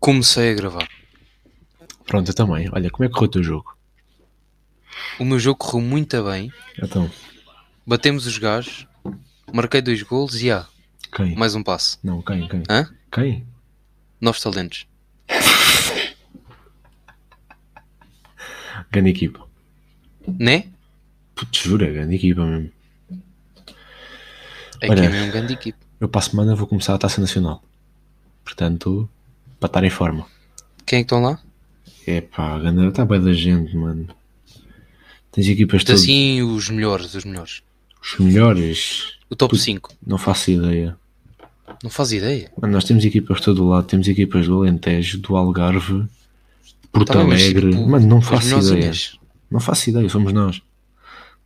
Comecei a gravar. Pronto, eu também. Olha, como é que correu o teu jogo? O meu jogo correu muito bem. Então, Batemos os gajos. Marquei dois golos e há quem? mais um passe. Não, quem, quem? Hã? Quem? Novos talentos. Grande equipa. Né? Putz, jura, grande equipa mesmo. Aqui Olha. é mesmo grande equipe. Eu para a semana vou começar a Taça Nacional. Portanto, para estar em forma. Quem é que estão lá? É pá, ganda, está bem da gente, mano. Tens equipas Isto todas assim os melhores, os melhores. os melhores. O top Puto. 5. Não faço ideia. Não faz ideia. Mano, nós temos equipas de todo lado. Temos equipas do Alentejo, do Algarve, Porto Tá bem, mas, Alegre. tipo, Mano, não as faço ideia. melhorzinhas. Não faço ideia, somos nós.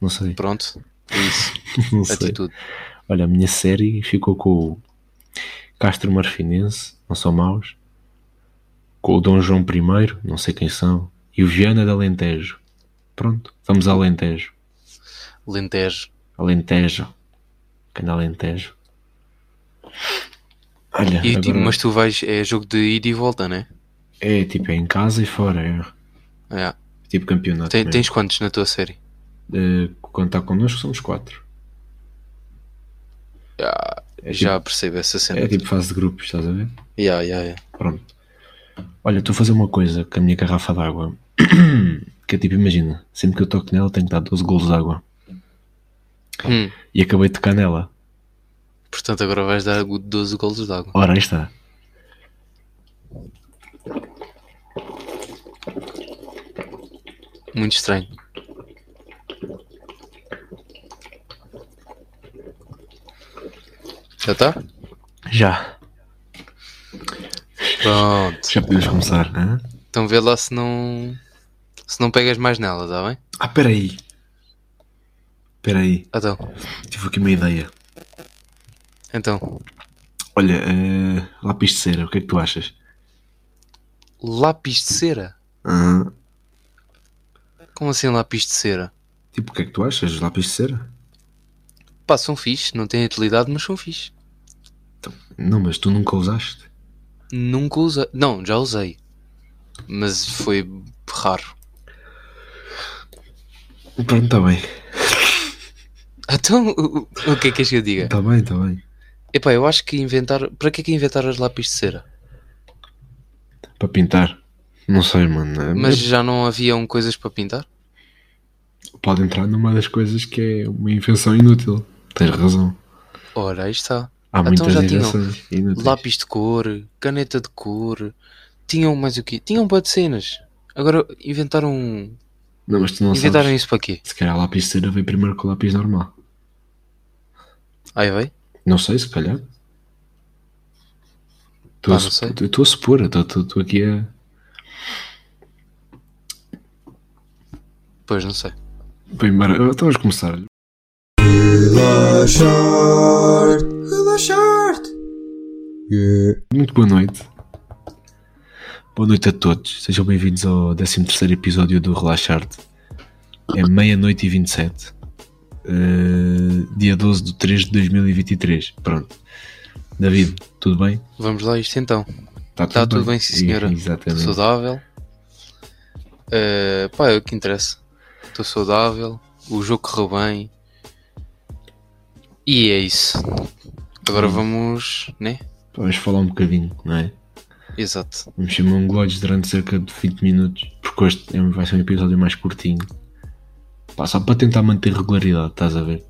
Não sei, Pronto. É isso. não sei. Atitude. Olha, a minha série ficou com o Castro Marfinense, não são maus, com o Dom João I, não sei quem são, e o Viana de Alentejo. Pronto, vamos ao Alentejo. Lentejo. Alentejo. Canal Alentejo. Olha, E, tipo, agora mas tu vais. É jogo de ida e volta, né? é tipo é em casa e fora, é É. tipo campeonato. Tem- mesmo. tens quantos na tua série? Eh, quando está connosco somos quatro. É tipo, Já percebo essa cena. é tipo fase de grupos, estás a ver? Yeah, yeah, yeah. Pronto. Olha, estou a fazer uma coisa com a minha garrafa de água. que é tipo, imagina, sempre que eu toco nela tenho que dar 12 golos de água. Hum. E acabei de tocar nela. Portanto, agora vais dar 12 golos de água. Ora, aí está. Muito estranho. Já tá? está? Já. Pronto. Já podemos começar. hã? Então vê lá se não. Se não pegas mais nela, está bem? Ah, peraí. Peraí, Então. tive aqui uma ideia. Então. Olha, eh, lápis de cera, o que é que tu achas? Lápis de cera? Hã? Como assim lápis de cera? Tipo, o que é que tu achas? Lápis de cera? Pá, são fixe, não têm utilidade, mas são fixe. Não, mas tu nunca usaste. Nunca usei. Não, já usei. Mas foi raro. Pronto, está bem. Então, o, o- o que é que és que eu diga? Está Tá bem, está bem. Epá, eu acho que inventar. Para que é que inventaram os lápis de cera? Para pintar. Não sei, mano. Mas já não haviam coisas para pintar? pode entrar numa das coisas que é uma invenção inútil. Tens razão. Ora, aí está. Há Então muitas já tinham invenções inúteis. Lápis de cor, caneta de cor, tinham mais o quê? Tinham boas de cenas. Agora inventaram. um- Não, mas tu não inventaram sabes. isso para quê? Se calhar a lápis de cera veio primeiro que o lápis normal. Aí vai? Não sei, se calhar. Estou Ah, a, não sei. sup- eu estou a supor, eu estou- estou estou aqui a. Pois não sei. Bem, embora. Então vamos começar. Relaxar. Relaxar. Yeah. Muito boa noite. Boa noite a todos. Sejam bem-vindos ao 13 episódio do Relaxarte. É meia-noite e 27. Uh, dia 12 de 3 de 2023. Pronto. David, tudo bem? Vamos lá a isto então. Está Está tudo bem, sim, senhora. Exatamente. Saudável. Eh, pá, é o que interessa. Estou saudável. O jogo correu bem. E é isso. Agora Hum. vamos. né? Vamos falar um bocadinho, não é? Exato. Vamos chamar um Glodge durante cerca de 20 minutos. Porque hoje é- vai ser um episódio mais curtinho. Pá, só para tentar manter regularidade, estás a ver?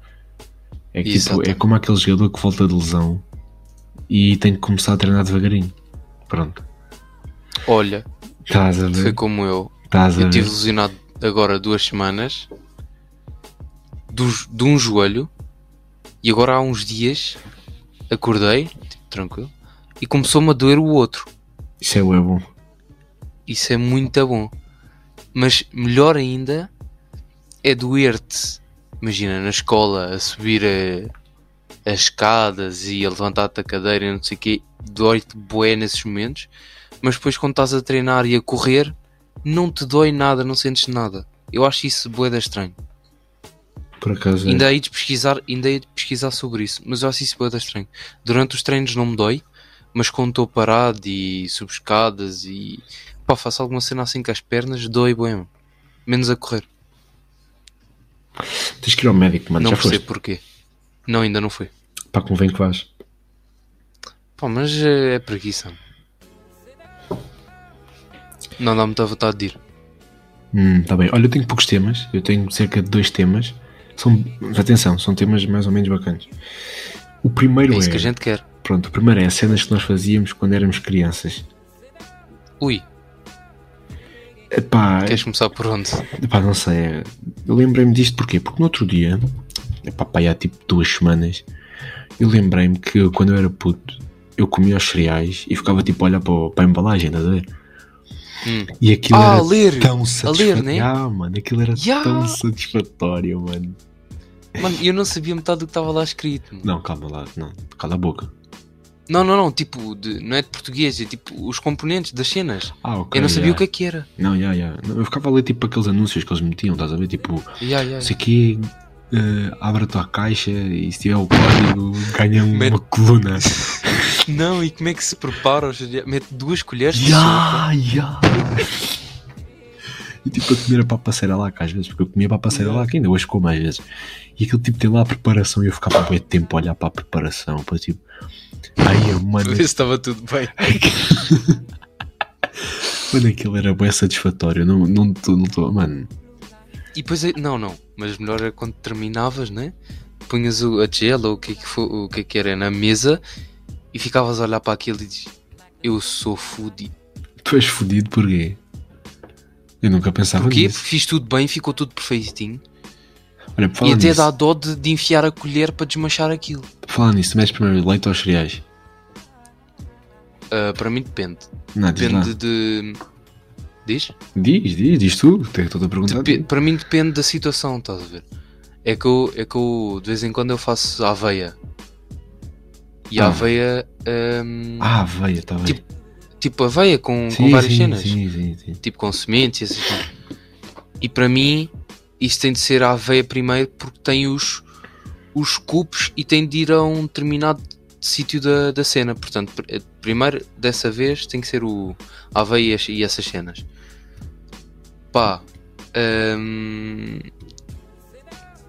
É, que, tipo, é Exatamente. como aquele jogador que volta de lesão e tem que começar a treinar devagarinho. Pronto. Olha, Estás a foi ver? como eu. Estás a Eu ver? estive lesionado agora duas semanas do jo- de um joelho e agora há uns dias acordei, tipo, tranquilo, e começou-me a doer o outro. Isso é bué bom. Isso é muito bom. Mas melhor ainda é doer-te. Imagina, na escola, a subir eh, as escadas e a levantar-te da cadeira e não sei o quê, dói-te bué nesses momentos, mas depois quando estás a treinar e a correr, não te dói nada, não sentes nada. Eu acho isso bué da estranho. Por acaso. é. Ainda hei de pesquisar, ainda hei de pesquisar sobre isso, mas eu acho isso bué da estranho. Durante os treinos não me dói, mas quando estou parado e subo escadas e pá, faço alguma cena assim com as pernas, dói bem, menos a correr. Tens que ir ao médico, mano. não Ah, já percebo foste? porquê. Não, ainda não fui. Pá, convém que vás. Pá, mas eh, é preguiça. Não dá muita vontade de ir. Hum, tá bem. Olha, eu tenho poucos temas. Eu tenho cerca de dois temas. São, mas atenção, são temas mais ou menos bacanas. O primeiro É é, isso que a gente quer. pronto, o primeiro é as cenas que nós fazíamos quando éramos crianças. Ui, Epá, queres começar por onde? Epá, não sei. é, Eu lembrei-me disto porquê? Porque no outro dia, epá, pá, há tipo duas semanas, eu lembrei-me que eu, quando eu era puto, eu comia os cereais e ficava tipo a olhar para, o- para a embalagem, estás a ver? Hum. E aquilo Ah, era a ler! tão A satisfatório. ler, né? Ah, mano, aquilo era Ya! tão satisfatório, mano. Mano, eu não sabia metade do que estava lá escrito. mano. Não, calma lá, não, cala a boca. Não, não, não, tipo, de- não é de português, é tipo os componentes das cenas. Ah, ok. eu não sabia ya. o que é que era. Não, ya, ya. Não, Eu ficava a ler tipo aqueles anúncios que eles metiam, estás a ver? Tipo, Ya, ya, ya. Isso aqui eh, abre a tua caixa e se tiver o código ganha uma Mete- coluna. Não, e como é que se prepara? os- Mete duas colheres de sopa. Ya, ya. E tipo, eu comia a papaceira lá, que às vezes, porque eu comia papaceira lá, que ainda hoje como às vezes. E aquilo tipo tem lá a preparação e eu ficava bem tempo a olhar para a preparação, depois tipo, ai mano, Para ver se estava tudo bem. mano, aquilo era bem satisfatório, não estou, não, tô- não, tô- mano, E depois, aí- não, não, mas melhor era quando terminavas, né? Punhas o, a gel ou o que, é que fo- o que é que era na mesa e ficavas a olhar para aquilo e dizes: Eu sou fudido. tu és fodido porquê? Eu nunca pensava Porquê? Porque nisso. fiz tudo bem, ficou tudo perfeitinho. Olha, por e falar até nisso, dá dó de, de enfiar a colher para desmanchar aquilo. por falar nisso, tu metes primeiro leite aos cereais? Ah, para mim depende. Não, diz lá. Depende de. Diz? Diz, diz, diz tu. Estou a perguntar. Depe- Para mim depende da situação, estás a ver? É que eu, é que eu de vez em quando eu faço aveia. E a Ah. aveia. hum, Ah, veia, tá bem. Tipo, Tipo aveia com, Sim, com várias sim, cenas. Sim, sim, sim. Tipo com sementes e essas coisas. E para mim isso tem de ser a aveia primeiro porque tem os, os cupos e tem de ir a um determinado sítio da, da cena. Portanto, pr- eh, primeiro dessa vez tem que ser o a aveia e as- e essas cenas. Pá. hum,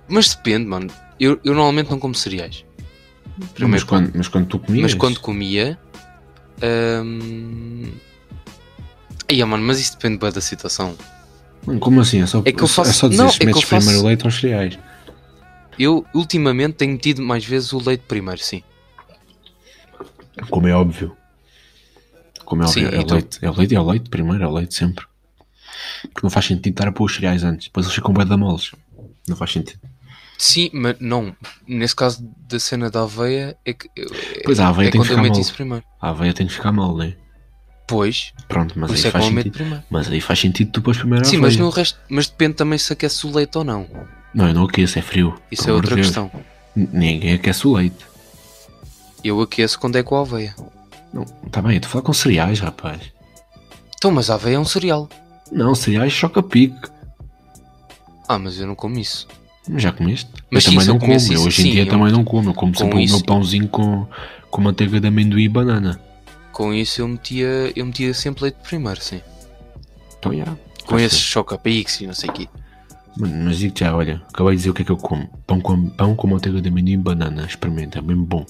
mas depende, mano. Eu, eu normalmente não como cereais. mas, Primeiro quando, mas quando tu comias. mas quando comia. hum, Ia, mano, mas isso depende bem da situação. Mano, Como assim? É só, É que eu faço- é só dizer não, é que que eu metes faço- primeiro leite aos cereais. Eu, ultimamente, tenho metido mais vezes o leite primeiro, sim. Como é óbvio. Como é Sim, óbvio. é, então- leite, é leite, é leite primeiro, é leite sempre. Porque não faz sentido estar a pôr os cereais antes. Depois eles ficam bem da moles. Não faz sentido. Sim, mas não. Nesse caso da cena da aveia, é que. eu- Pois a aveia é tem que quando eu ficar meto mal. isso primeiro. A aveia tem que ficar mal, né? Pois, Pronto, mas por isso aí é que eu faz meto sentido. primeiro. Mas aí faz sentido tu pôs primeiro a Sim, aveia. mas no resto. Mas depende também se aquece o leite ou não. Não, eu não aqueço, é frio. Isso Pelo é amor outra de Deus. questão. N- Ninguém aquece o leite. Eu aqueço quando é com a aveia. Não, tá bem, eu estou a falar com cereais, rapaz. Então, mas a aveia é um cereal. Não, cereais choca-pique. Ah, mas eu não como isso. Já comeste? Mas eu sim, também se eu não como. comesse Eu isso, hoje em sim, dia eu- também não como. Eu como sempre o meu isso- pãozinho com, com manteiga de amendoim e banana. Com isso eu metia, eu metia sempre leite primeiro, sim. Então, já. Com Pode esses choca-pix e não sei o quê. ser. Mano, mas digo já, olha, acabei de dizer o que é que eu como. Pão com, pão com manteiga de amendoim e banana. Experimenta, é mesmo bom.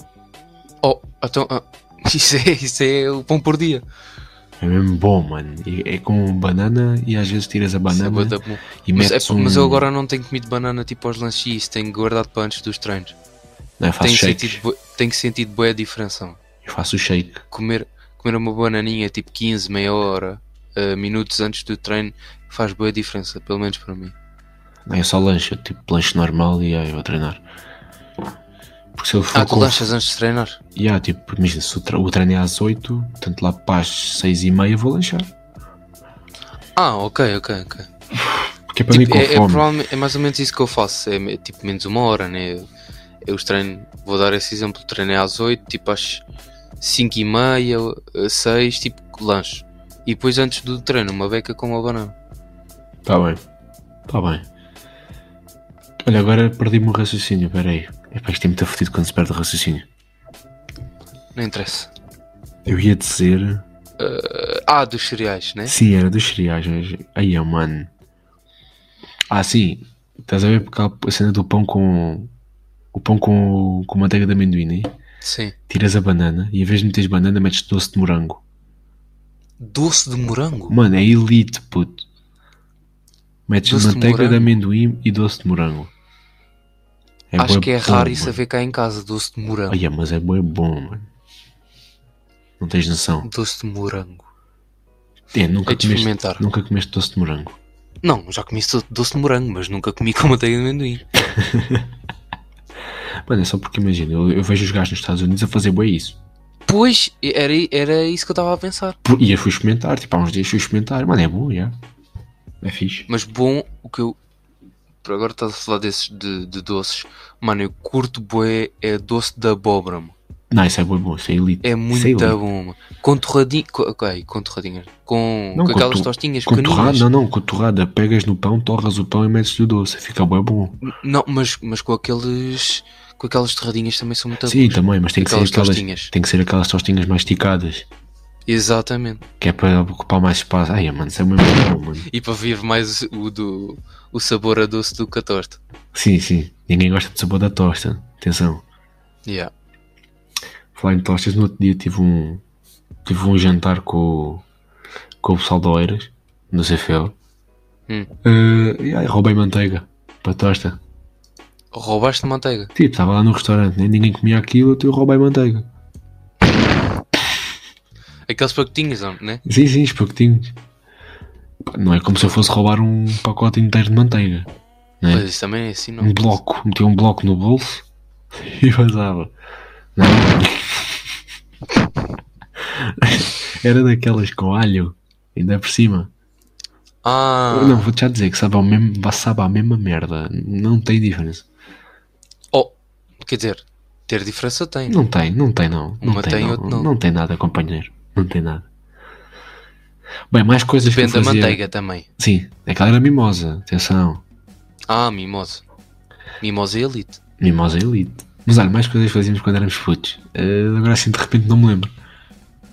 Oh, então. ah, isso, é, isso é o pão por dia. É mesmo bom, mano. E- é com banana e às vezes tiras Isso a é banana bué da bom. e Mas, metes é, pá, mas um- eu agora não tenho comido banana tipo aos lanches e isso, tenho guardado para antes dos treinos. Não, eu faço Tenho shake. sentido, bué- tenho sentido boa a diferença. mano. Eu faço shake. Comer, comer uma bananinha tipo 15, meia hora, eh, minutos antes do treino, faz boa diferença, pelo menos para mim. Não, eu só lancho. eu, Tipo, lanche normal e aí vou treinar. Porque se eu for Ah, tu com lanchas antes de treinar? E há, tipo, imagina, se o, tre- o treino é às 8, portanto lá para as 6 e meia vou lanchar. Ah, ok, ok, ok. Porque é Tipo, para mim é, com é fome. provavelmente- é mais ou menos isso que eu faço, é me- tipo menos uma hora, né? Eu, eu os treino, vou dar esse exemplo, treinei às 8, tipo às 5 e meia, 6, tipo lanche. E depois antes do treino, uma beca com uma banana. Está Tá bem. Está bem. Olha, agora perdi-me o raciocínio, peraí. Epá, isto é muito fodido quando se perde o raciocínio. Não interessa. Eu ia dizer. Ah, dos cereais, né? Sim, era dos cereais, mas. Aí, é, mano. Ah, sim. Estás a ver porque há a cena do pão com. O pão com, com manteiga de amendoim, né? Sim. Tiras a banana e em vez de meteres banana, metes doce de morango. Doce de morango? Mano, é elite, puto. Metes Doce de manteiga de, morango? amendoim e doce de morango. Acho bué que é bom, raro isso mano. haver cá em casa, doce de morango. Olha, mas é bem bom, mano. Não tens noção. Doce de morango. É, Hei nunca de comeste, experimentar. nunca comeste doce de morango. Não, já comi so- doce de morango, mas nunca comi com manteiga de amendoim. Mano, é só porque imagina, eu, eu vejo os gajos nos Estados Unidos a fazer bem isso. Pois, era, era isso que eu estava a pensar. Por- E eu fui experimentar, tipo, há uns dias fui experimentar. Mano, é bom, já. É fixe. Mas bom, o que eu. Por agora estás a falar desses de, de doces. Mano, eu curto bué, é doce de abóbora, mano. Não, isso é bem bom, isso é elite. É muito isso é elite. bom, mano. Com torradinhas. Com, ok, com torradinhas. Com, Não, com com aquelas tu- tostinhas Com torrada, É, pequeninas. não, não, com torrada. Pegas no pão, torras o pão e metes-lhe o doce. Fica bem bom. Não, mas, mas com aqueles. Com aquelas torradinhas também são muito Sim, bons. também, mas tem que, Aquelas ser aquelas, tostinhas. tem que ser aquelas tostinhas masticadas. Exatamente. Que é para ocupar mais espaço. Ai, mano, isso é muito bom, mano. E para vir mais o, do, o sabor a doce do que a torta. Sim, sim. Ninguém gosta de sabor da tosta. Atenção. Yeah. Falar em tostas, no outro dia tive um, tive um jantar com, o- com o pessoal da Oeiras, no CFL. Hum. Eh, e aí roubei manteiga para tosta. Roubaste manteiga. Tipo, estava lá no restaurante, nem ninguém comia aquilo, então eu roubei manteiga. Aqueles pacotinhos, não, né? Sim, sim, os pacotinhos. Pá, Não é como se eu fosse roubar um pacote inteiro de manteiga. É. Mas isso também é assim, não? Um bloco, meti um bloco no bolso e vazava. Não. Era daquelas com alho, ainda por cima. Ah, Não, vou-te já dizer que sabe ao mesmo, sabe à mesma merda. Não tem diferença. Oh, quer dizer, ter diferença tem. Não tem, não tem não. Não Uma tem, tem, não. outra não. não tem nada, companheiro. Não tem nada. Bem, mais coisas Depende que eu da fazia. manteiga também. Sim, aquela era mimosa, atenção. Ah, mimosa. Mimosa é elite. Mimosa elite. Mas olha, mais coisas que fazíamos quando éramos putos. Eh, agora assim de repente não me lembro.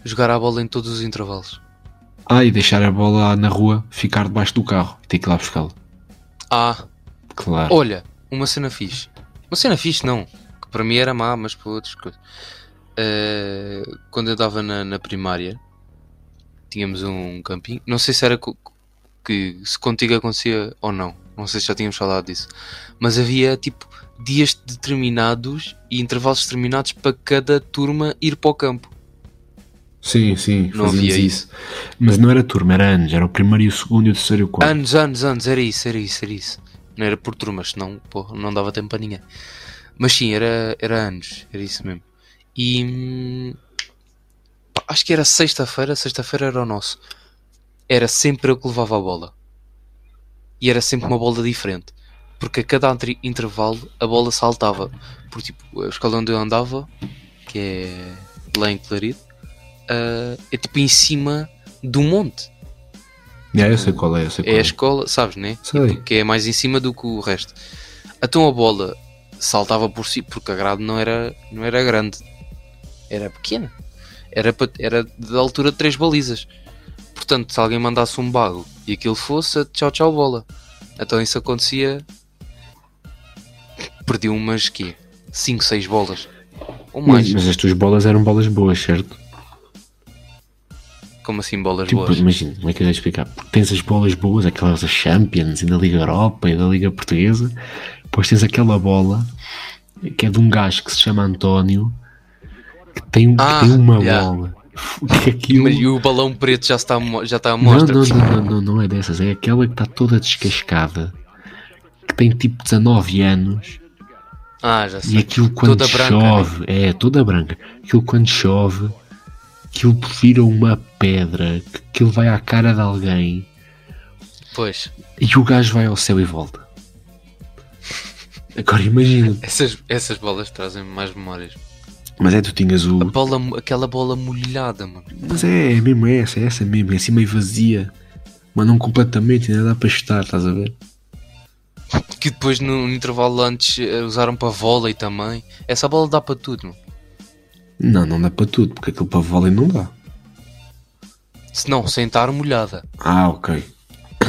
Jogar a bola em todos os intervalos. Ah, e deixar a bola na rua ficar debaixo do carro e ter que ir lá buscá-la. Ah, Claro. olha, uma cena fixe. Uma cena fixe não. Que para mim era má, mas para outras coisas. Eh, quando eu estava na, na primária, tínhamos um campinho. Não sei se era co- que se contigo acontecia ou não. Não sei se já tínhamos falado disso. Mas havia tipo dias determinados e intervalos determinados para cada turma ir para o campo. Sim, sim, Não fazíamos havia isso. Mas não era turma, era anos. Era o primeiro e o segundo e o terceiro e o quarto. Anos, anos, anos, era isso, era isso, era isso. Não era por turmas, senão pô, não dava tempo para ninguém. Mas sim, era, era anos, era isso mesmo. E hum, pá, acho que era sexta-feira, sexta-feira era o nosso. Era sempre eu que levava a bola. E era sempre uma bola diferente. Porque a cada antri- intervalo a bola saltava. Por tipo, a escola onde eu andava, que é lá em Clarido, ah, é tipo em cima do monte. É, eu sei qual é, eu sei qual É é. a escola, sabes, né? Sei. que é mais em cima do que o resto. Então a bola saltava por si, porque a grade não era, não era grande, era pequena, era, pa- era da altura de três balizas. Portanto, se alguém mandasse um bago e aquilo fosse, tchau, tchau, bola. Então isso acontecia. Perdi umas quê? 5, 6 bolas. Ou mais. Mas, mas as tuas bolas eram bolas boas, certo? Como assim, bolas Tipo, boas? imagina, como é que eu ia explicar? Porque tens as bolas boas, aquelas da Champions e da Liga Europa e da Liga Portuguesa, depois tens aquela bola que é de um gajo que se chama António, que tem, que Ah, tem uma yeah. bola. Que aquilo... Mas, e o balão preto já está, a mo- já está à Não, mostra. não, não, não, não, não é dessas, é aquela que está toda descascada, que tem tipo 19 anos Ah, já e sei. aquilo quando Toda branca, né? chove, é toda branca, aquilo quando chove, aquilo vira uma pedra, que aquilo vai à cara de alguém. né? Pois. E o gajo vai ao céu e volta. Agora imagina. Essas, essas bolas trazem-me mais memórias. Mas é, tu tinhas o. A bola, aquela bola molhada, mano. Mas é, é mesmo essa, é essa mesmo, é assim meio vazia. Mas não completamente, ainda dá para chutar, estás a ver? Que depois no, no intervalo antes eh, usaram para vôlei também. Essa bola dá para tudo, mano. Não, não dá para tudo, porque aquilo para vôlei não dá. Se não, sentar molhada. Ah, ok.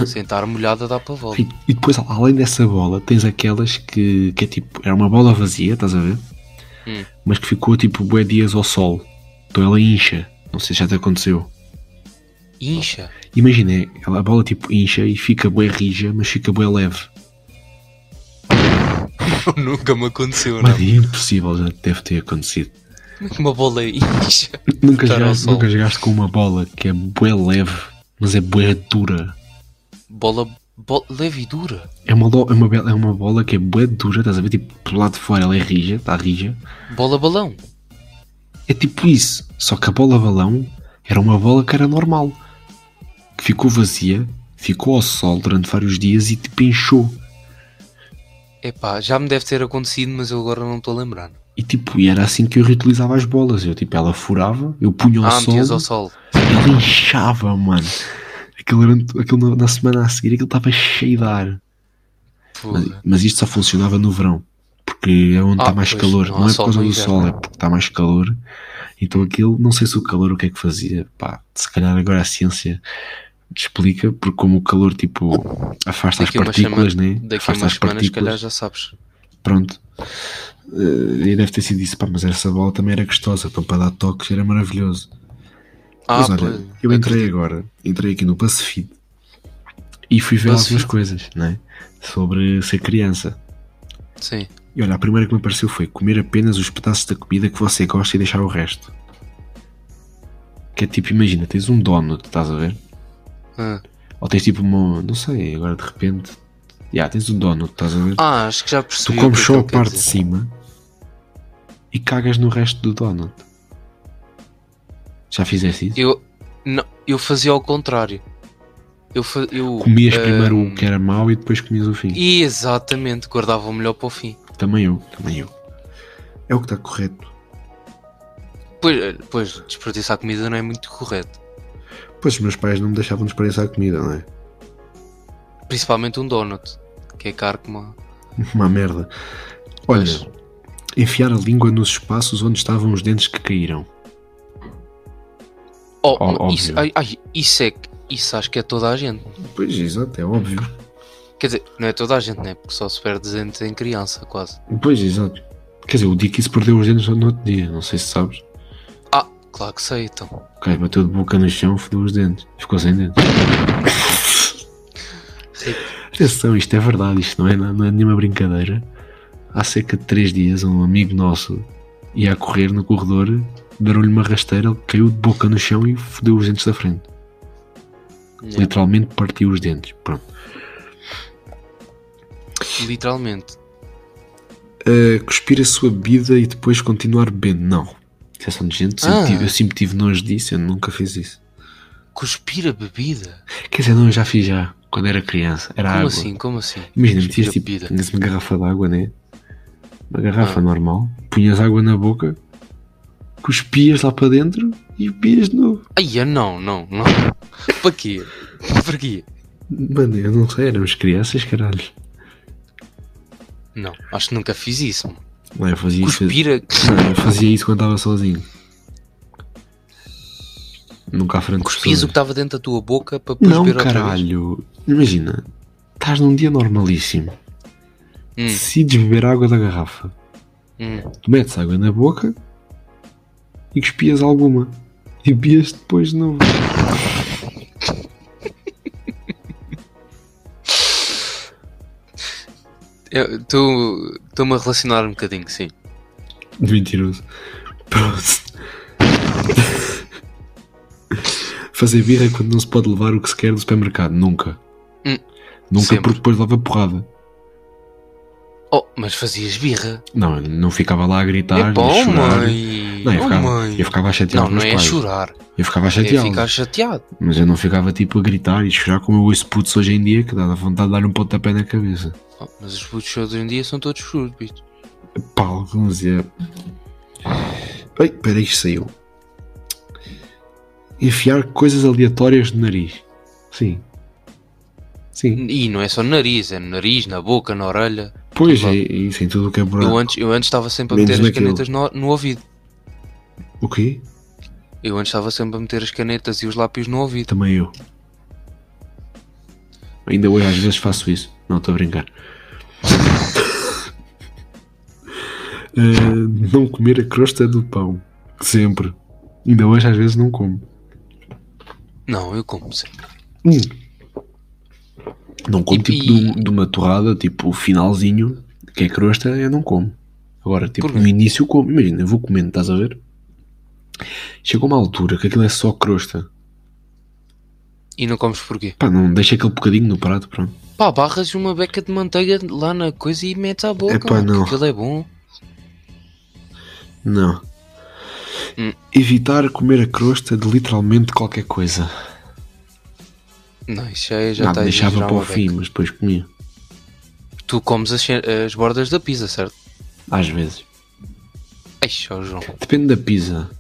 Sentar molhada dá para vôlei. E, e depois, além dessa bola, tens aquelas que, que é tipo, era uma bola vazia, estás a ver? Hum. Mas que ficou tipo bué dias ao sol. Então ela incha. Não sei se já te aconteceu. Incha. Imagina, é, ela- a bola tipo incha e fica bué rija, mas fica bué leve. Nunca me aconteceu, não. Mas é impossível, já te deve ter acontecido. Como é que uma bola incha? Nunca, Estar ao jogaste, sol. nunca jogaste com uma bola que é bué leve, mas é bué dura. Bola, bola leve e dura. É uma, lo- é, uma, bela- é uma bola que é bué dura, estás a ver? Tipo, pelo lado de fora ela é rija, está rija. Bola balão. É tipo isso, só que a bola balão era uma bola que era normal, que ficou vazia, ficou ao sol durante vários dias e tipo inchou. Epá, já me deve ter acontecido, mas eu agora não estou a lembrar. E tipo, e era assim que eu reutilizava as bolas. Eu tipo, ela furava, eu punha ao ah, sol, metias ao sol. ela inchava, mano. Aquilo, era- aquilo na, na semana a seguir, aquilo estava cheio de ar. Mas, Porra. mas isto só funcionava no verão, porque é onde Ah, está mais pois, calor. não há Não, é por sol causa no do inverno. sol, é porque está mais calor. Então aquilo, não sei se o calor o que é que fazia. Pá, se calhar agora a ciência te explica, porque como o calor tipo afasta Daqui a as umas semanas- partículas, né? Daqui a afasta umas as semanas, se calhar partículas. já sabes. Pronto. Eh, e deve ter sido isso, pá, mas essa bola também era gostosa, então para dar toques era maravilhoso. Ah, Mas olha, pois. eu entrei agora, entrei aqui no Pacific e fui ver BuzzFeed? algumas coisas, né? Sobre ser criança. Sim. E olha, a primeira que me apareceu foi comer apenas os pedaços da comida que você gosta e deixar o resto. Que é tipo, imagina, tens um donut, estás a ver? Ah. Ou tens tipo uma, não sei, agora de repente. Já, tens um donut, estás a ver? Ah, acho que já percebi. tu o comes que é só que a ele quer parte de dizer. cima e cagas no resto do donut. Já fizeste isso? Eu, não, eu fazia ao contrário. Eu, fa- eu Comias ah, primeiro o que era mau e depois comias o fim. Exatamente, guardava o melhor para o fim. Também eu, também eu. É o que está correto. Pois, eh, pois, desperdiçar comida não é muito correto. Pois os meus pais não me deixavam desperdiçar a comida, não é? Principalmente um donut, que é caro como. a- Uma merda. Olha, enfiar a língua nos espaços onde estavam os dentes que caíram. Oh, Ó- isso, óbvio. ai, ai, isso é que- isso acho que é toda a gente. Pois, exato, é óbvio. Quer dizer, não é toda a gente, né? Porque só se perde dentes em criança, quase. Pois, exato. Quer dizer, o Dick se perdeu os dentes no outro dia, não sei se sabes. Ah, claro que sei, então. O gajo bateu de boca no chão, fodeu os dentes. Ficou sem dentes. Atenção, isto é verdade, isto não é, não é nenhuma brincadeira. Há cerca de 3 dias, um amigo nosso ia a correr no corredor, deram-lhe uma rasteira, ele caiu de boca no chão e fodeu os dentes da frente. Yeah, Literalmente partiu os dentes. Pronto. Literalmente. Uh, cuspir a sua bebida e depois continuar bebendo. Não. Isso é só nojento. Sempre Ah. tive- eu sempre tive nojo disso, eu nunca fiz isso. Cuspir a bebida? Quer dizer, não, eu já fiz já, quando era criança. Era Como água. assim? Como assim? Imagina, Cuspir metias a tipo, bebida. tinhas uma garrafa de água, né? Uma garrafa Ah. normal, punhas água na boca, cuspias lá para dentro e bebias de novo. Ai, ah, não, não, não. Para quê? Para quê? Mano, eu não sei, éramos crianças, caralho. Não, acho que nunca fiz isso. mano. Não, eu fazia isso. Cuspir a. Não, eu fazia isso quando estava sozinho. Nunca à frente de Cuspias o que pessoas. estava dentro da tua boca para depois Não, beber outra vez. caralho. Imagina, estás num dia normalíssimo, Hum, decides beber água da garrafa, hum. tu metes água na boca e cuspias alguma. E bebias depois de novo. Eu estou- Estou-me a relacionar um bocadinho, sim. De mentiroso. Pronto. Fazer birra é quando não se pode levar o que se quer do supermercado. Nunca. Hum. Nunca Sempre. porque depois leva porrada. Oh, mas fazias birra. Não, eu não ficava lá a gritar é e bom, Tá, chorar. mãe. Não, eu Oh, ficava, mãe. eu ficava a chatear Não, os não meus é pais. chorar. Eu ficava a É chatear ficar chateado. Mas eu não ficava tipo a gritar e chorar como eu ouço putos hoje em dia que dá vontade de dar um pontapé na cabeça. Oh, mas os putos de hoje em dia são todos furos, bicho. Pá, alguns é. Ai, peraí, isto saiu. Enfiar coisas aleatórias no nariz. Sim. Sim. E não é só no nariz, é no nariz, na boca, na orelha. Pois é, é isso em tudo o que é buraco. Eu antes eu antes estava sempre a Menos meter as naquilo. canetas no, no ouvido. O quê? Eu antes estava sempre a meter as canetas e os lápis no ouvido. Também eu. Ainda hoje às vezes faço isso. Não, estou a brincar. Ah, não comer a crosta do pão. Sempre. Ainda hoje às vezes não como. Não, eu como sempre. Hum. Não como E- tipo e- de, um- de uma torrada, tipo o finalzinho, que é crosta, eu não como. Agora, tipo, Porquê? no início eu como. Imagina, eu vou comendo, estás a ver? Chega uma altura que aquilo é só crosta. E não comes porquê? Pá, não deixa aquele bocadinho no prato, pronto. Pá, barras uma beca de manteiga lá na coisa e metes à boca. Epá, mano, não. que Aquilo é bom. Não. Hum. Evitar comer a crosta de literalmente qualquer coisa. Não, isso já, já Nada, está a deixava exagerar para o uma beca. fim, mas depois comia. Tu comes as, ce- as bordas da pizza, certo? Às vezes. Ai, ó João. Depende da pizza.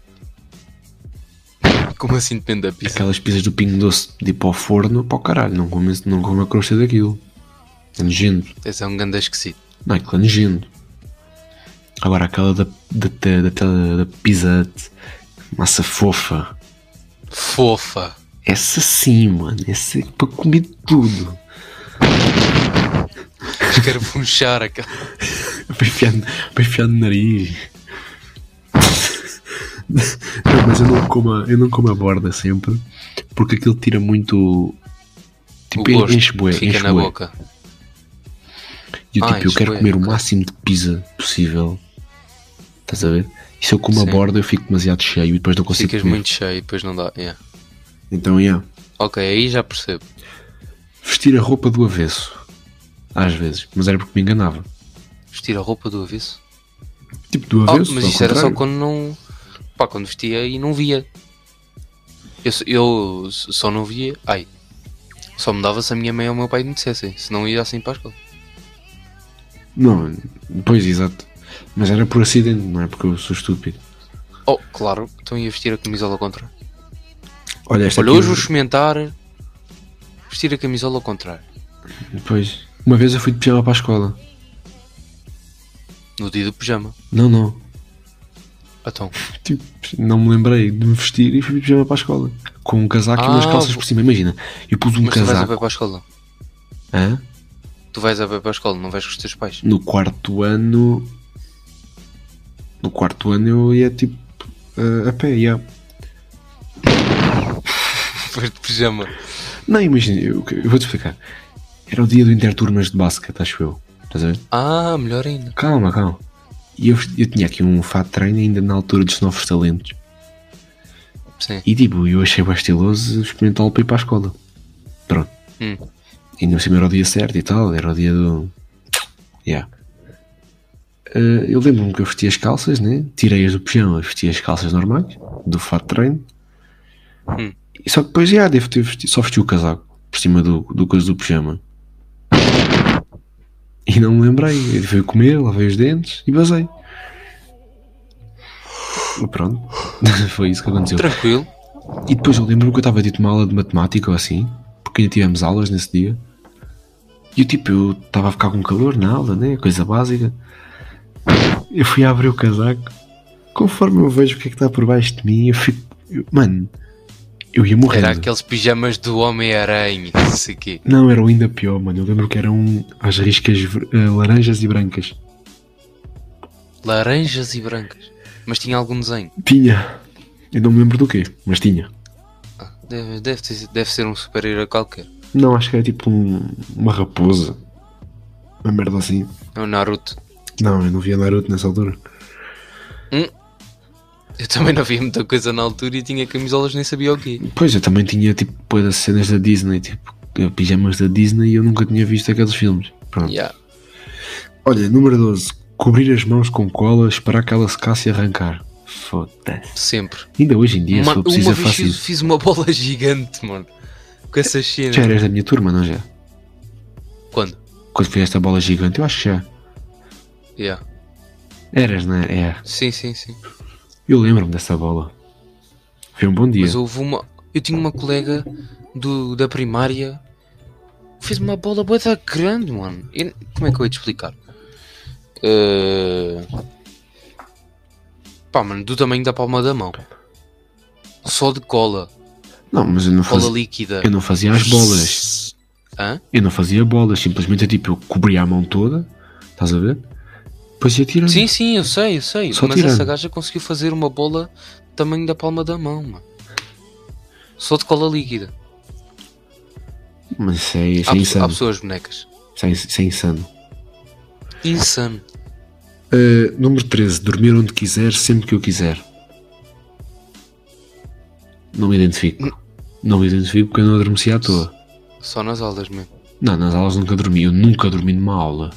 Como assim depende da pizza? Aquelas pizzas do Pingo Doce de ir para o forno, para o caralho. Não como, esse- não como a crosta daquilo. É nojento. Esse é um ganda esquisito. Não, aquilo é nojento. Agora aquela da, da, da, daquela da pizza Hut, massa fofa. Fofa. Essa sim, mano. Essa é para comer tudo. Quero punchar aquela. Para enfiar, para enfiar no nariz. Não, mas eu não, como a, eu não como a borda sempre, porque aquilo tira muito. O Tipo, gosto enche bué, que fica enche na bué. boca. E eu, Ah, tipo, eu enche quero bué, comer o ok. máximo de pizza possível. Estás a ver? E se eu como Sim. a borda, eu fico demasiado cheio e depois não consigo Ficas comer. muito cheio e depois não dá. yeah. Então, yeah. Ok, aí já percebo. Vestir a roupa do avesso. Às vezes, mas era porque me enganava. Vestir a roupa do avesso. Tipo, do Ah, avesso. mas ao isso era só contrário. quando não. Pá, quando vestia e não via. Eu, s- eu s- só não via. Ai. Só me dava se a minha mãe ou o meu pai me dissessem. Se não ia assim para a escola. Não, pois, exato. Mas era por acidente, não é porque eu sou estúpido. Oh, claro, então ia vestir a camisola ao contrário. Olha, esta Olha, aqui- hoje vou experimentar vestir a camisola ao contrário. Pois. Uma vez eu fui de pijama para a escola. No dia do pijama. Não, não. Então, Tipo, não me lembrei de me vestir e fui de pijama para a escola. Com um casaco e umas Ah, calças vo- por cima. Imagina, eu pus um mas tu vais a pé casaco para a escola. hã? Tu vais a pé para a escola, não vais com os teus pais. no quarto ano. No quarto ano eu ia tipo eh, a pé, ia. Depois de pijama. Não, imagina, eu, eu vou-te explicar. Era o dia do Interturmas de Basquete, acho eu. Estás a ver? Ah, melhor ainda. Calma, calma. E eu, eu tinha aqui um fato de treino ainda na altura dos novos talentos. Sim. E tipo, eu achei bem estiloso experimentá-lo para ir para a escola. Pronto. Hum. E não sei era o dia certo e tal, era o dia do. Yeah. Eh, eu lembro-me que eu vesti as calças, né? Tirei-as do pijama, vesti as calças normais, do fato de treino. Hum. E só que depois, yeah, devo ter vestido, só vesti o casaco por cima do, do coisa do pijama. E não me lembrei. Ele veio comer, lavei os dentes e basei. E pronto. Foi isso que aconteceu. Tranquilo. E depois eu lembro-me que eu estava a ter uma aula de matemática ou assim, porque ainda tivemos aulas nesse dia. E eu tipo, eu estava a ficar com calor na aula, né? Coisa básica. Eu fui a abrir o casaco. Conforme eu vejo o que é que está por baixo de mim, eu fico. eu- mano, eu ia morrer. Era aqueles pijamas do Homem-Aranha. Não sei quê. Não, era ainda pior, mano. Eu lembro que eram as riscas ver- eh, laranjas e brancas. Laranjas e brancas. Mas tinha algum desenho. Tinha. Eu não me lembro do quê, mas tinha. Ah, Deve, deve, ter- deve ser um super-herói qualquer. Não, acho que era tipo um- uma raposa. Uma merda assim. É o Naruto. Não, eu não via Naruto nessa altura. Eu também não via muita coisa na altura e tinha camisolas, nem sabia o quê. Pois, eu também tinha tipo depois as cenas da Disney, tipo pijamas da Disney e eu nunca tinha visto aqueles filmes. Pronto. Yeah. Olha, número 12. Cobrir as mãos com cola, esperar que ela secasse e arrancar. Foda-se. Sempre. Ainda hoje em dia, uma se eu uma precisa, vez faço fiz, isso. fiz uma bola gigante, mano. Com essas cenas. Já eras da minha turma, não é, já? Quando? Quando fizeste a bola gigante, eu acho que já. Yeah. Eras, não é? É. Sim, sim, sim. Eu lembro-me dessa bola. Foi um bom dia. Mas houve uma. Eu tinha uma colega do, da primária fez uma bola bué da grande, mano. Eu- como é que eu ia te explicar? Eh, Pá, mano, do tamanho da palma da mão. Só de cola. Não, mas eu não Cola fazia, líquida. eu não fazia as bolas. Hã? Eu não fazia bolas, simplesmente é tipo, eu cobria a mão toda, estás a ver? Depois ia tirando. Sim, sim, eu sei, eu sei. Só Mas tirando. essa gaja conseguiu fazer uma bola do tamanho da palma da mão, mano. Só de cola líquida. Mas isso é, isso Há, é pe- há insano. pessoas bonecas. Isso é, isso é insano. Insano. Uh, número 13. Dormir onde quiser, sempre que eu quiser. Não me identifico. Não me identifico porque eu não adormeci à toa. Só nas aulas mesmo. Não, nas aulas nunca dormi. Eu nunca dormi numa aula.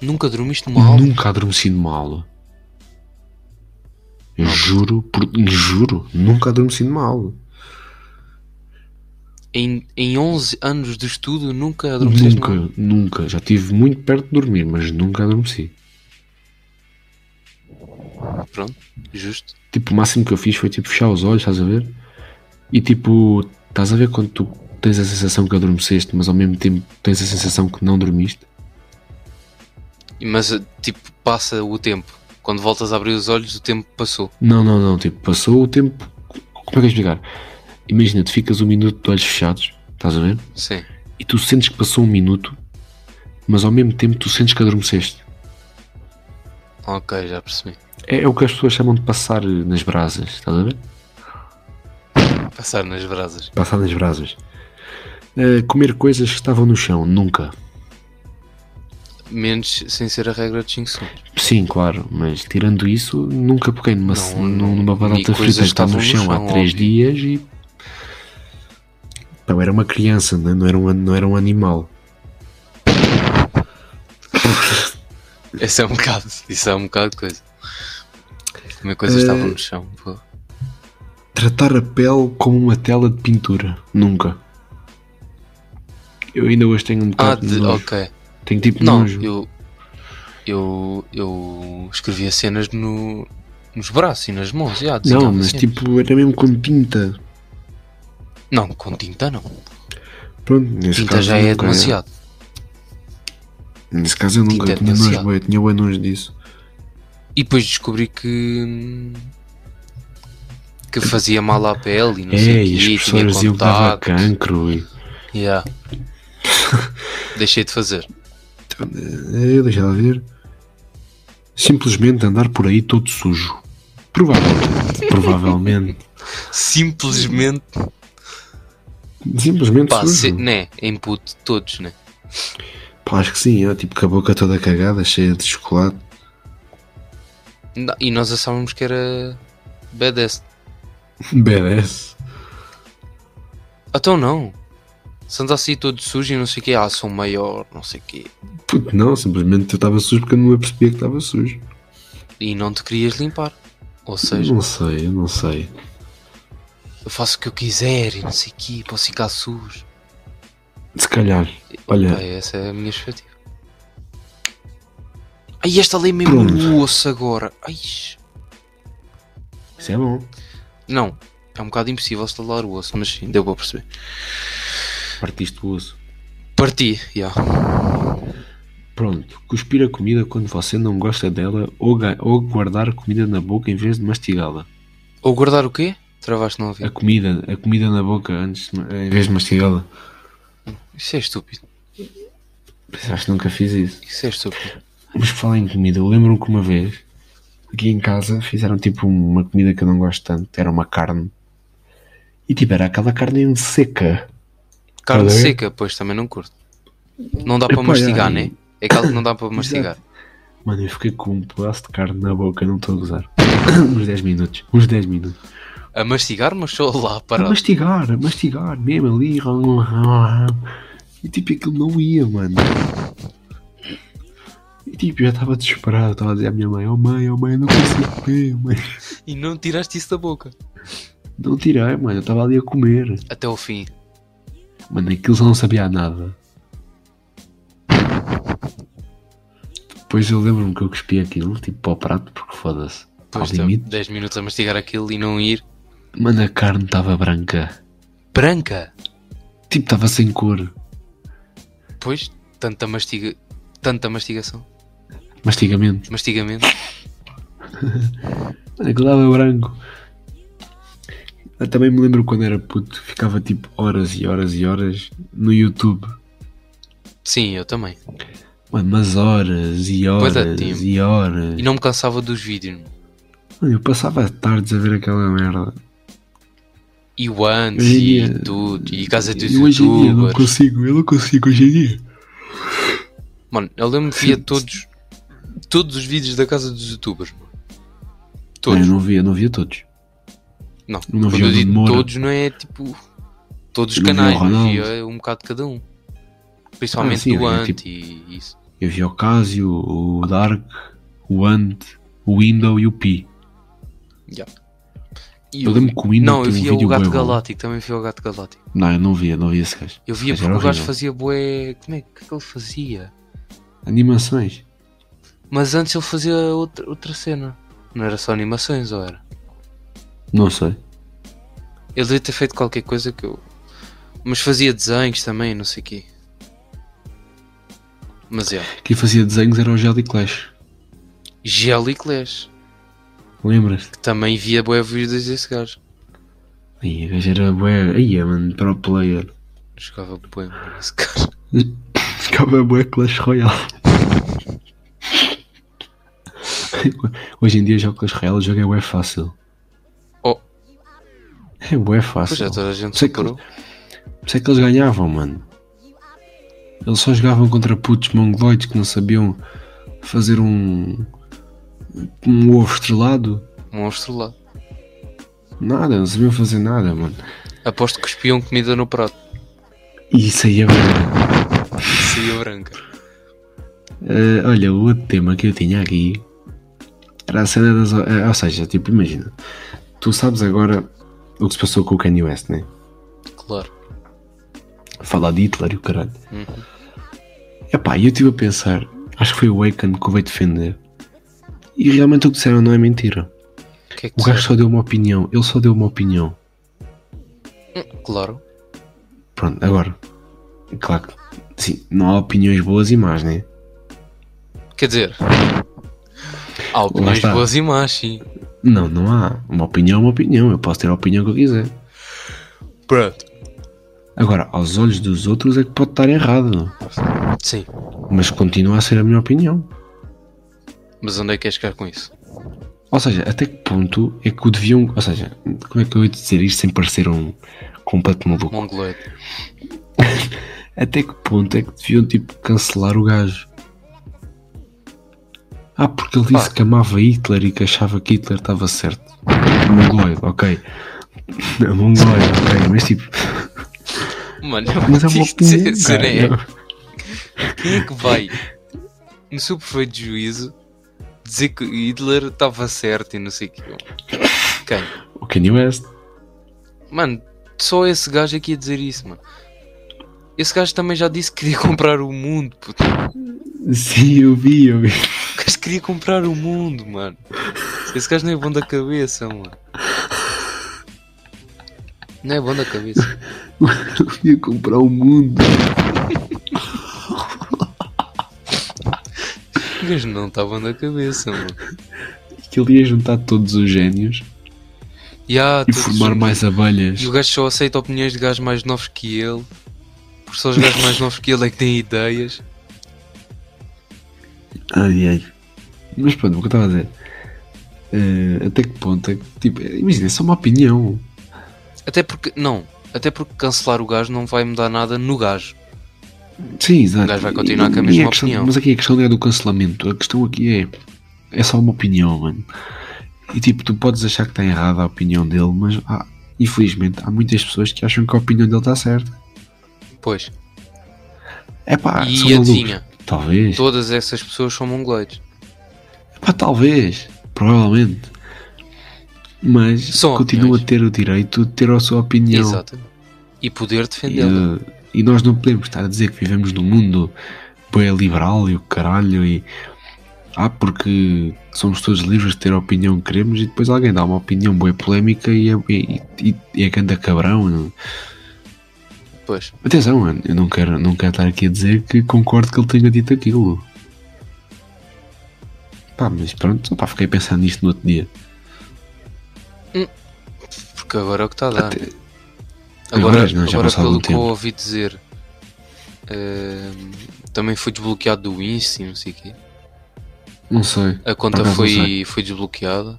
Nunca dormiste numa aula? Nunca adormeci numa aula. Eu juro, por, juro, nunca adormeci numa aula. Em, em 11 anos de estudo, nunca adormeceste nunca, numa aula? nunca. Já estive muito perto de dormir, mas nunca adormeci. Pronto, justo. Tipo, o máximo que eu fiz foi tipo fechar os olhos, estás a ver? E tipo, estás a ver quando tu tens a sensação que adormeceste, mas ao mesmo tempo tens a sensação que não dormiste? Mas, tipo, passa o tempo. Quando voltas a abrir os olhos, o tempo passou. Não, não, não. Tipo, passou o tempo. Como é que eu ia explicar? Imagina, tu ficas um minuto de olhos fechados, estás a ver? Sim. E tu sentes que passou um minuto, mas ao mesmo tempo tu sentes que adormeceste. Ok, já percebi. É, é o que as pessoas chamam de passar eh, nas brasas, estás a ver? Passar nas brasas. Passar nas brasas. Eh, comer coisas que estavam no chão, nunca. Menos sem ser a regra dos 5 segundos. Sim, claro, mas tirando isso, nunca peguei numa, Não, num- numa e batata coisas frita que estava no estavam no chão há chão, três óbvio. dias e. Pá, eu era uma criança, né? não, era um, an- não era um animal. Esse é um bocado. Isso é um bocado de coisa. Comer coisas Eh, tá estavam no chão. Pô. Tratar a pele como uma tela de pintura, nunca. Eu ainda hoje tenho um Ah, bocado de de, nojo. ok. Tenho tipo Não, nojo. eu. Eu. Eu escrevia cenas no, nos braços e nas mãos. já, Não, desenhava mas cenas. tipo, era mesmo com pinta. Não, com tinta não. Pronto, nesse Tinta caso já é nunca, demasiado. Nesse caso eu nunca Tinta é tinha nojo, demasiado. bué, tinha bué nojo disso. E depois descobri que. que fazia mal à pele e não É, sei e o as quê, tinha pessoas diziam que dava contacto. cancro e. Yeah. Deixei de fazer. É, deixa lá ver. Simplesmente andar por aí todo sujo. Provavelmente. Provavelmente. Simplesmente. Simplesmente Pá, sujo. se, né? Input todos, né? Pá, acho que sim, ó, tipo com a boca toda cagada, cheia de chocolate. Não, E nós achávamos que era. badass. BDS. Então não. Se anda assim todo sujo e não sei o quê. Ah, sou maior, não sei o quê. Puto, não, simplesmente eu estava sujo porque eu não me apercebia que estava sujo. E não te querias limpar. Ou seja, Não sei, eu não sei. eu faço o que eu quiser e não sei o quê. Posso ficar sujo. Se calhar. Olha. Pá, essa é a minha expectativa. Ai, esta lei mesmo Pronto. no osso agora. Ai, Isso é bom. não, é um bocado impossível estalar o osso, mas sim, deu para perceber. Partiste o osso. Parti, já. Pronto, cuspir a comida quando você não gosta dela ou, ga- ou guardar a comida na boca em vez de mastigá-la. Ou guardar o quê? Travaste não A ouvir. comida, a comida na boca antes de ma- em vez de mastigá-la. Isso é estúpido. Pensaste que nunca fiz isso. Isso é estúpido. Mas falar em comida, eu lembro-me que uma vez aqui em casa fizeram tipo uma comida que eu não gosto tanto, era uma carne. E tipo, era aquela carne seca. Carne Olha aí. seca, pois também não curto. Não dá para Epá, mastigar, já. né? É aquela que não dá para mastigar. Mano, eu fiquei com um pedaço de carne na boca, não estou a gozar. uns 10 minutos, uns 10 minutos. A mastigar, mas só lá A parado. mastigar, a mastigar, mesmo ali. E tipo, aquilo não ia, mano. E tipo, eu já estava desesperado, estava a dizer à minha mãe, oh mãe, oh mãe, eu não consigo comer, mãe. E não tiraste isso da boca. Não tirei, mano, eu estava ali a comer. Até ao fim. Mano, aquilo já não sabia a nada. Depois eu lembro-me que eu cuspi aquilo, tipo para o prato, porque foda-se. Ao Depois de limite. 10 então, minutos a mastigar aquilo e não ir. Mano, a carne estava branca. Branca! Tipo, estava sem cor. Pois, tanta mastiga... Tanta mastigação. Mastigamento. Mastigamento. Mano, aquilo dava branco. Eu também me lembro quando era puto, ficava tipo horas e horas e horas no YouTube. Sim, eu também. Mano, mas horas e Bué horas de tempo. e horas. E não me cansava dos vídeos. meu. Mano, eu passava tardes a ver aquela merda. E o antes, Hoje em dia- e tudo, e casa dos Eu hoje em dia não youtubers. consigo, eu não consigo hoje em dia. Mano, eu lembro que via todos, todos os vídeos da casa dos youtubers. mano. Todos. Mano, eu não via, não via todos. Não, Eu É, quando não via eu o Nuno digo Moura. todos, não é tipo todos os Eu não via o canais, mas Ronaldo. via um bocado de cada um, principalmente Ah, sim, do eu via, Ant tipo- e isso. Eu via o Casio, o Dark, o Ant, o Window e o Pi. E Eu lembro que o Window Não, eu tinha um via vídeo o Gato bué bom. Galáctico, também via o Gato Galáctico. Não, eu não via, não via esse gajo. Eu via Mas porque era o gajo horrível. fazia bué. Como é que, que ele fazia? Animações. Mas antes ele fazia outra, outra cena. Não era só animações, ou era? Não sei. Ele devia ter feito qualquer coisa que eu. Mas fazia desenhos também, não sei o quê. Mas é. Quem fazia desenhos era o Jelly Clash. Gel e Clash, Lembras? que também via bué vídeos desse gajo. Aí, o gajo era bué. Aí, é, mano, pro player. Jogava bué, mano, esse gajo. Ficava bué Clash Royale. Hoje em dia, jogo Clash Royale, o jogo é bué fácil. Oh. É bué Pois fácil. já toda a gente Sei se que- Por isso é que eles ganhavam, mano. Eles só jogavam contra putos mongoloides que não sabiam fazer um. um ovo estrelado. Monstro lá. Nada, não sabiam fazer nada, mano. Aposto que cuspiam comida no prato. E isso aí é verdade. Saía branca. Eh, olha, o outro tema que eu tinha aqui era a cena das. ho- eh, ou seja, tipo, imagina. Tu sabes agora o que se passou com o Kanye West, né? Claro. Falar de Hitler e o caralho. Uhum. Epá, e eu estive a pensar, acho que foi o Waken que o veio defender. E realmente o que disseram não é mentira. O que é que O tu gajo sabes? só deu uma opinião, ele só deu uma opinião. Hum, Claro. Pronto, agora. Claro que sim, não há opiniões boas e más, né? Quer dizer. Há Lá opiniões está. boas e más, sim. Não, não há. Uma opinião é uma opinião, eu posso ter a opinião que eu quiser. Pronto. Agora, aos olhos dos outros é que pode estar errado, Sim. mas continua a ser a minha opinião. Mas onde é que queres ficar com isso? Ou seja, até que ponto é que o deviam. Ou seja, como é que eu ia dizer isto sem parecer um completo maluco? Mongoloide. Até que ponto é que deviam, tipo, cancelar o gajo? Ah, porque ele disse Pá. que amava Hitler e que achava que Hitler estava certo. Mongoloide, ok. Não, Mongoloide, ok, mas tipo. Mano, Mas é uma isto é- opinião. isso cara, não é? não. Quem é que vai, no seu perfeito juízo, dizer que Hitler estava certo e não sei o que? Quem? O Kanye West. Mano, só esse gajo aqui a dizer isso, mano. Esse gajo também já disse que queria comprar o mundo, puto. Sim, eu vi, eu vi. O gajo queria comprar o mundo, mano. Esse gajo não é bom da cabeça, mano. Não é bom da cabeça. Eu ia comprar o mundo. O gajo não está bom da cabeça, mano. Que ele ia juntar todos os génios E, há e todos formar os- mais abelhas. E o gajo só aceita opiniões de gajos mais novos que ele. Porque só os gajos mais novos que ele é que têm ideias. Ai, ai. Mas pronto, o que eu estava a dizer. eh, até que ponto é que, tipo, imagina, é só uma opinião. Até porque, não. Até porque cancelar o gajo não vai mudar nada no gajo. Sim, exato. gajo vai continuar E- com a e mesma questão- opinião. Mas aqui a questão não é do cancelamento. A questão aqui é. É só uma opinião, mano. E tipo, tu podes achar que está errada a opinião dele, mas há- infelizmente há muitas pessoas que acham que a opinião dele está certa. Pois. É pá, são e malucos. adivinha, Talvez. todas essas pessoas são mongoloides. Epá, talvez. Provavelmente. Mas São continua opiniões. a ter o direito de ter a sua opinião. um Exato. E poder E, defendê-la. eh, e nós não podemos estar a dizer que vivemos num mundo bem liberal e o caralho e ah, porque somos todos livres de ter a opinião que queremos e depois alguém dá uma opinião boa polémica e é, e, e, e é ganda cabrão. não- Pois. Atenção, mano, eu não quero, não quero estar aqui a dizer que concordo que ele tenha dito aquilo. Pá, mas pronto, pá, fiquei a pensar nisto no outro dia. Porque agora é o que está a dar. Até- Agora, Agora já, já agora passou algum pelo que eu tempo. ouvi dizer, ehm, também foi desbloqueado do Insta e não sei o quê. não sei. A conta acaso não foi, sei. foi desbloqueada.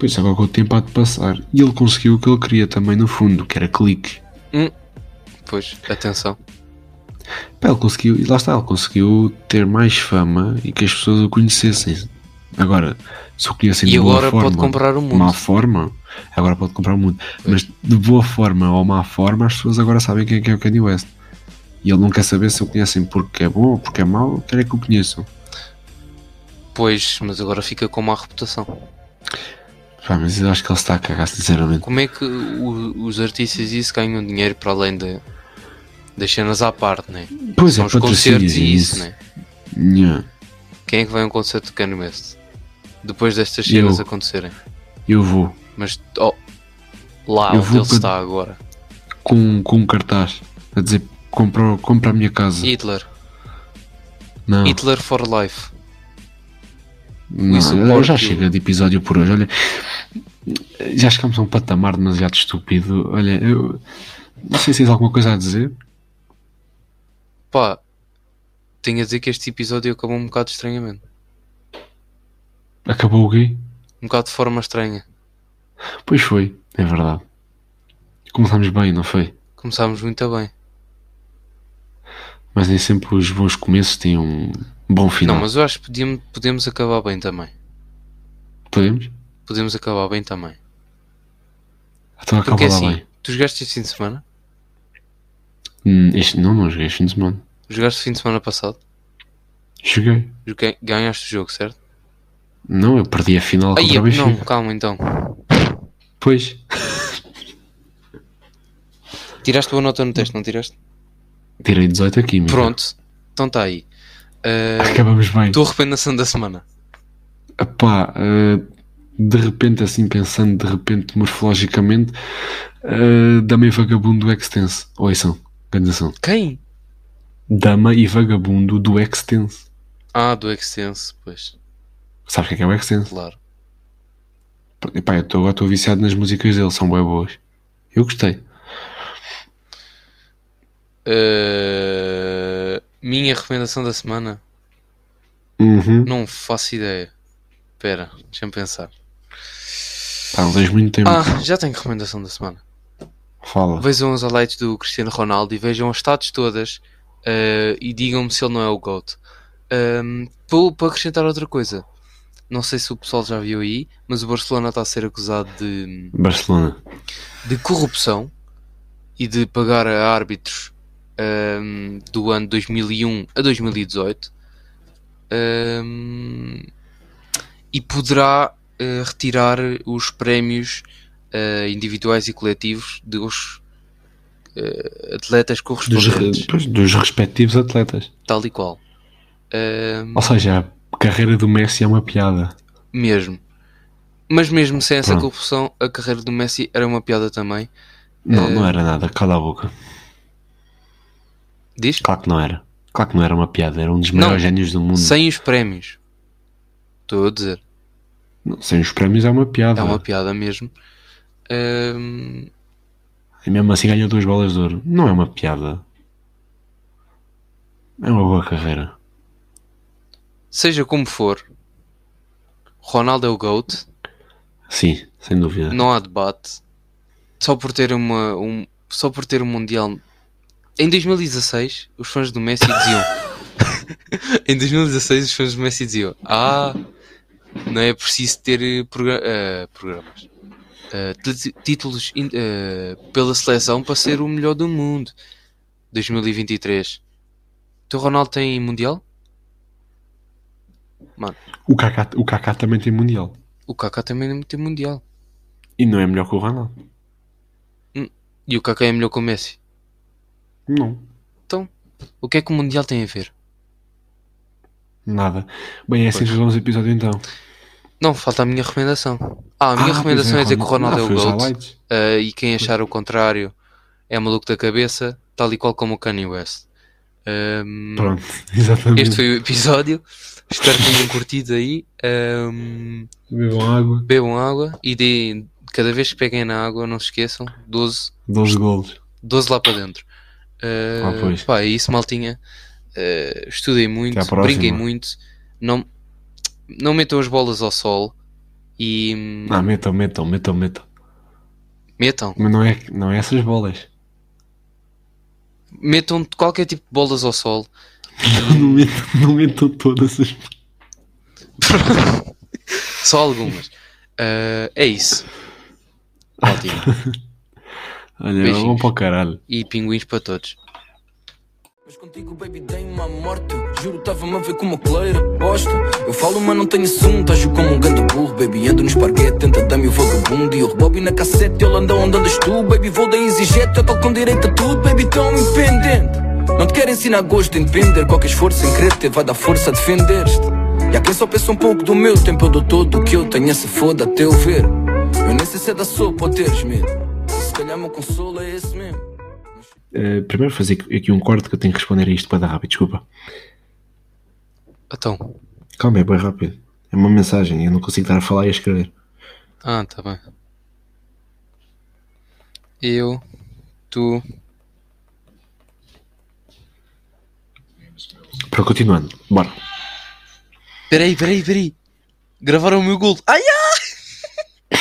Pois agora com o tempo há de passar. E ele conseguiu o que ele queria também no fundo, que era clique. Pois, atenção. Pá, ele conseguiu, e lá está, ele conseguiu ter mais fama e que as pessoas o conhecessem. Agora, se o conhecem e de boa agora forma, pode comprar o mundo. má forma, agora pode comprar o mundo. Mas de boa forma ou má forma, as pessoas agora sabem quem é que é o Kanye West. E ele não quer saber se o conhecem porque é bom ou porque é mau, quer é que o conheçam. Pois, mas agora fica com má reputação. Pá, mas eu acho que ele está a cagar, sinceramente. Como é que o- os artistas isso ganham dinheiro para além de, das cenas à parte, né? Pois São é, os concertos e isso, né? Yeah. Quem é que vai a um concerto de Kanye West? Depois destas Eu. cenas acontecerem. Eu vou Mas, oh, lá Eu onde vou ele para- está agora. com, com um cartaz a dizer compra, compra a minha casa. Hitler. Não, Hitler for life. não isso eu- eu já porque- chega de episódio por hoje. Olha, já chegámos a um patamar demasiado estúpido. Olha, eu não sei se tens alguma coisa a dizer. Pá, tenho a dizer que este episódio acabou um bocado estranhamente. Acabou o gay? Um bocado de forma estranha. Pois foi, é verdade. Começámos bem, não foi? Começámos muito bem. Mas nem sempre os bons começos têm um bom final. Não, mas eu acho que podíamos, podemos acabar bem também. Podemos? Podemos acabar bem também. Então acaba Porque lá assim, bem. tu jogaste este fim de semana? Hum, Este, não, não joguei este fim de semana. Jogaste fim de semana passado? Cheguei. Joguei- Ganhaste o jogo, certo? Não, eu perdi a final Aí, contra o Benfica. não, calma então. Pois, Tiraste boa nota no teste, não tiraste? Uhum. tirei 18 aqui, meu. Pronto, então está aí. Ah, Acabamos bem. Tua arrependação da semana. Epá, eh, de repente, assim pensando, de repente, morfologicamente, eh, Dama e Vagabundo do Extense. Oi, são. Gandação. Quem? Dama e Vagabundo do Extense. Ah, do Extense, pois, Sabes o que é, que é o Extense? claro. Epá, eu tô, agora estou viciado nas músicas dele, são bem boas. Eu gostei. Ah, minha recomendação da semana? Uhum. Não faço ideia. Espera, deixa-me pensar. Pá, não tens muito tempo. Ah, já tenho recomendação da semana. Fala. Vejam os highlights do Cristiano Ronaldo e vejam as stats todas eh, e digam-me se ele não é o GOAT. Ahm, pou- para acrescentar outra coisa, não sei se o pessoal já viu aí, mas o Barcelona está a ser acusado de, Barcelona. de corrupção e de pagar a árbitros ahm, do ano 2001 a 2018 ahm, hum, e poderá eh, retirar os prémios eh, individuais e coletivos dos eh, atletas Dos, correspondentes, pois, dos respectivos atletas. tal e qual. Hum, Ahm, Ou seja, a carreira do Messi é uma piada. mesmo. Mas mesmo sem essa Pronto. corrupção, a carreira do Messi era uma piada também. É. Não, não era nada. Cala a boca. Diz? Claro que não era. Claro que não era uma piada. Era um dos Não. maiores génios do mundo. Sem os prémios. Estou a dizer. Não, sem os prémios é uma piada. É uma piada mesmo. Ahm, E mesmo assim ganha duas bolas de ouro. Não é uma piada. É uma boa carreira. seja como for, Ronaldo é o GOAT. Sim, sem dúvida. Não há debate. Só por ter uma. Um, só por ter um Mundial. Em 2016, os fãs do Messi diziam. em 2016, os fãs do Messi diziam: Ah, não é preciso ter eh, progra- eh, programas. eh, ti- títulos in- eh, pela seleção para ser o melhor do mundo. 2023. O teu Então, Ronaldo tem Mundial? O, Kaká, o Kaká também tem mundial. O Kaká também não tem Mundial. E não é melhor que o Ronaldo. E o Kaká é melhor que o Messi. Não. O que é que o Mundial tem a ver? Nada. Bem, é assim que Pois. chegamos ao episódio então. Não, falta a minha recomendação. Ah, a minha Ah, recomendação é, pois dizer que o Ronaldo é Ah, o foi os GOAT. highlights. eh, e quem achar o contrário é maluco da cabeça, tal e qual como o Kanye West. Ahm, Pronto, exatamente. este foi o episódio. Espero que tenham curtido aí. Ahm, Bebam água, bebam água e deem, cada vez que peguem na água, não se esqueçam, 12, 12 golos. 12 lá para dentro. Ah, Ah, pois. pá, é isso, maltinha. Ah, estudem muito, Até à próxima. brinquem muito, não, não metam as bolas ao sol e hum, Não, metam, metam, metam, metam. metam. Mas não é, não é essas bolas. Metam qualquer tipo de bolas ao sol. Não metam, não metam todas as bolas. Só algumas. Ah, é isso. Maltinha. Olha, Beijinhos. vão para o caralho. E pinguins para todos. Mas contigo, baby, dei uma morte. Juro, tava-me a ver como uma coleira. Bosta, eu falo, mas não tenho assunto. Ajo como um grande burro, baby. Ando no esparguete, tenta dar-me o vagabundo. E eu rebobo na cassete, ele anda onde andas tu, baby. Vou da exigente, eu tô com direito a tudo, baby. Tão independente. Não te quero ensinar gosto de entender. Qualquer esforço em querer ter, vai dar força a defender-te. E há quem só pensa um pouco do meu tempo, eu dou todo o que eu tenho. Se foda, até eu ver. Eu nem sei se é da sopa ou teres medo. Se calhar, meu consolo é esse mesmo. Eh, primeiro fazer aqui um corte que eu tenho que responder a isto para dar rápido, desculpa. Então. Calma, é bem rápido. É uma mensagem, eu não consigo estar a falar e a escrever. Ah, tá bem. Eu, tu, Para continuando, bora. Peraí, peraí, peraí. Gravaram o meu golo. Ai, ai!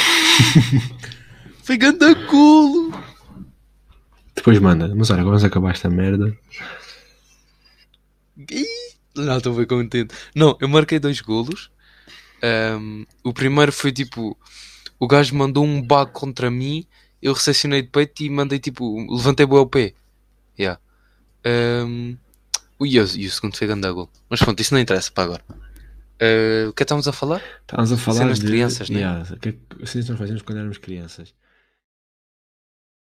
Foi ganda golo. Depois manda, mas olha, vamos acabar esta merda. Ih, Não, estou bem contente. Não, eu marquei dois golos. Ahm, o primeiro foi tipo... O gajo mandou um bago contra mim. Eu recepcionei de peito e mandei tipo... Levantei bué o pé. Yeah. Ahm, ui, e, o, e o segundo foi ganda golo. Mas pronto, isso não interessa para agora. Ah, o que é que estávamos a falar? Estávamos a falar Cenas de de crianças, né? Yeah, o que é que- cenas que nós fazíamos quando éramos crianças.